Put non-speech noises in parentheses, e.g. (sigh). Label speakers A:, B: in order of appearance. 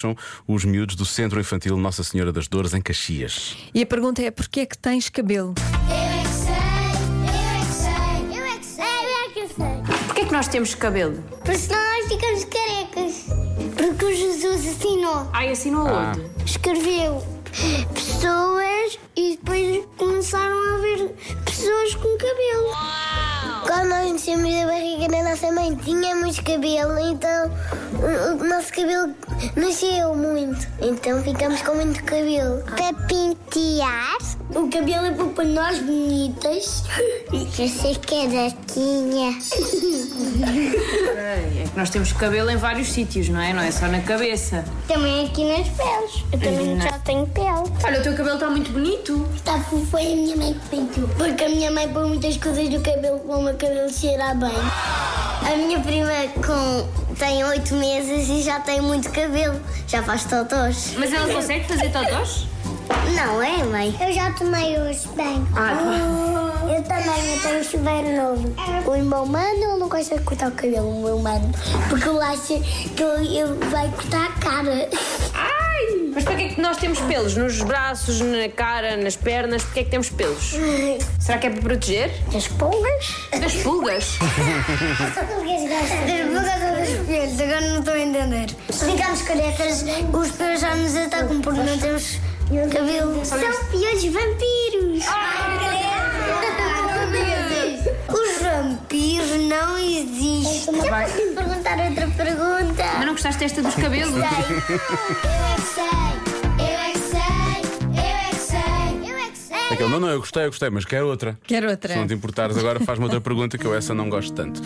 A: São os miúdos do Centro Infantil Nossa Senhora das Dores, em Caxias.
B: E a pergunta é: porquê é que tens cabelo?
C: Eu é que sei, eu é que sei, eu é que sei, eu é que sei.
D: Porquê é que nós temos cabelo?
C: Porque senão nós ficamos carecas. Porque o Jesus assinou,
D: Ai, assim assinou onde?
C: escreveu pessoas e depois começaram a haver pessoas com cabelo. Quando nós nascemos da barriga da nossa mãe, tínhamos cabelo, então o, o nosso cabelo nasceu muito. Então ficamos com muito cabelo. Para pentear. Ah. O cabelo é para pôr nós (laughs) bonitas. Eu sei que é
D: É que nós temos cabelo em vários sítios, não é? Não é só na cabeça.
C: Também é aqui nas peles. Eu também já tenho pele.
D: Olha, o teu cabelo está muito bonito.
C: Está Tá, foi a minha mãe que pintou. Porque a minha mãe põe muitas coisas no cabelo para o meu cabelo cheirar bem. A minha prima com, tem oito meses e já tem muito cabelo. Já faz totós.
D: Mas ela consegue fazer totós?
C: Não é, mãe? Eu já tomei hoje bem.
D: Ah,
C: Eu também, eu tenho um chuveiro novo. O meu mano ele não gosta de cortar o cabelo, o meu mano. Porque ele acha que ele ele vai cortar a (laughs) cara.
D: Ai! Mas porquê é que nós temos pelos? Nos braços, na cara, nas pernas? Porquê é que temos pelos? Será que é para proteger?
C: As pulgas? (laughs)
D: Das pulgas?
C: agora não estou a entender. Se ficarmos carecas, os pelos já nos atacam porque não temos cabelo. São piores vampiros! Os vampiros não existem. Eu posso perguntar outra pergunta?
D: Mas não gostaste desta dos cabelos?
C: Eu é que sei, eu é que sei, eu é que sei, eu é que sei.
A: Aquele, não, não, eu gostei, eu gostei, mas quero outra.
B: Quero outra.
A: Se não te importares, agora faz-me outra pergunta que eu essa não gosto tanto.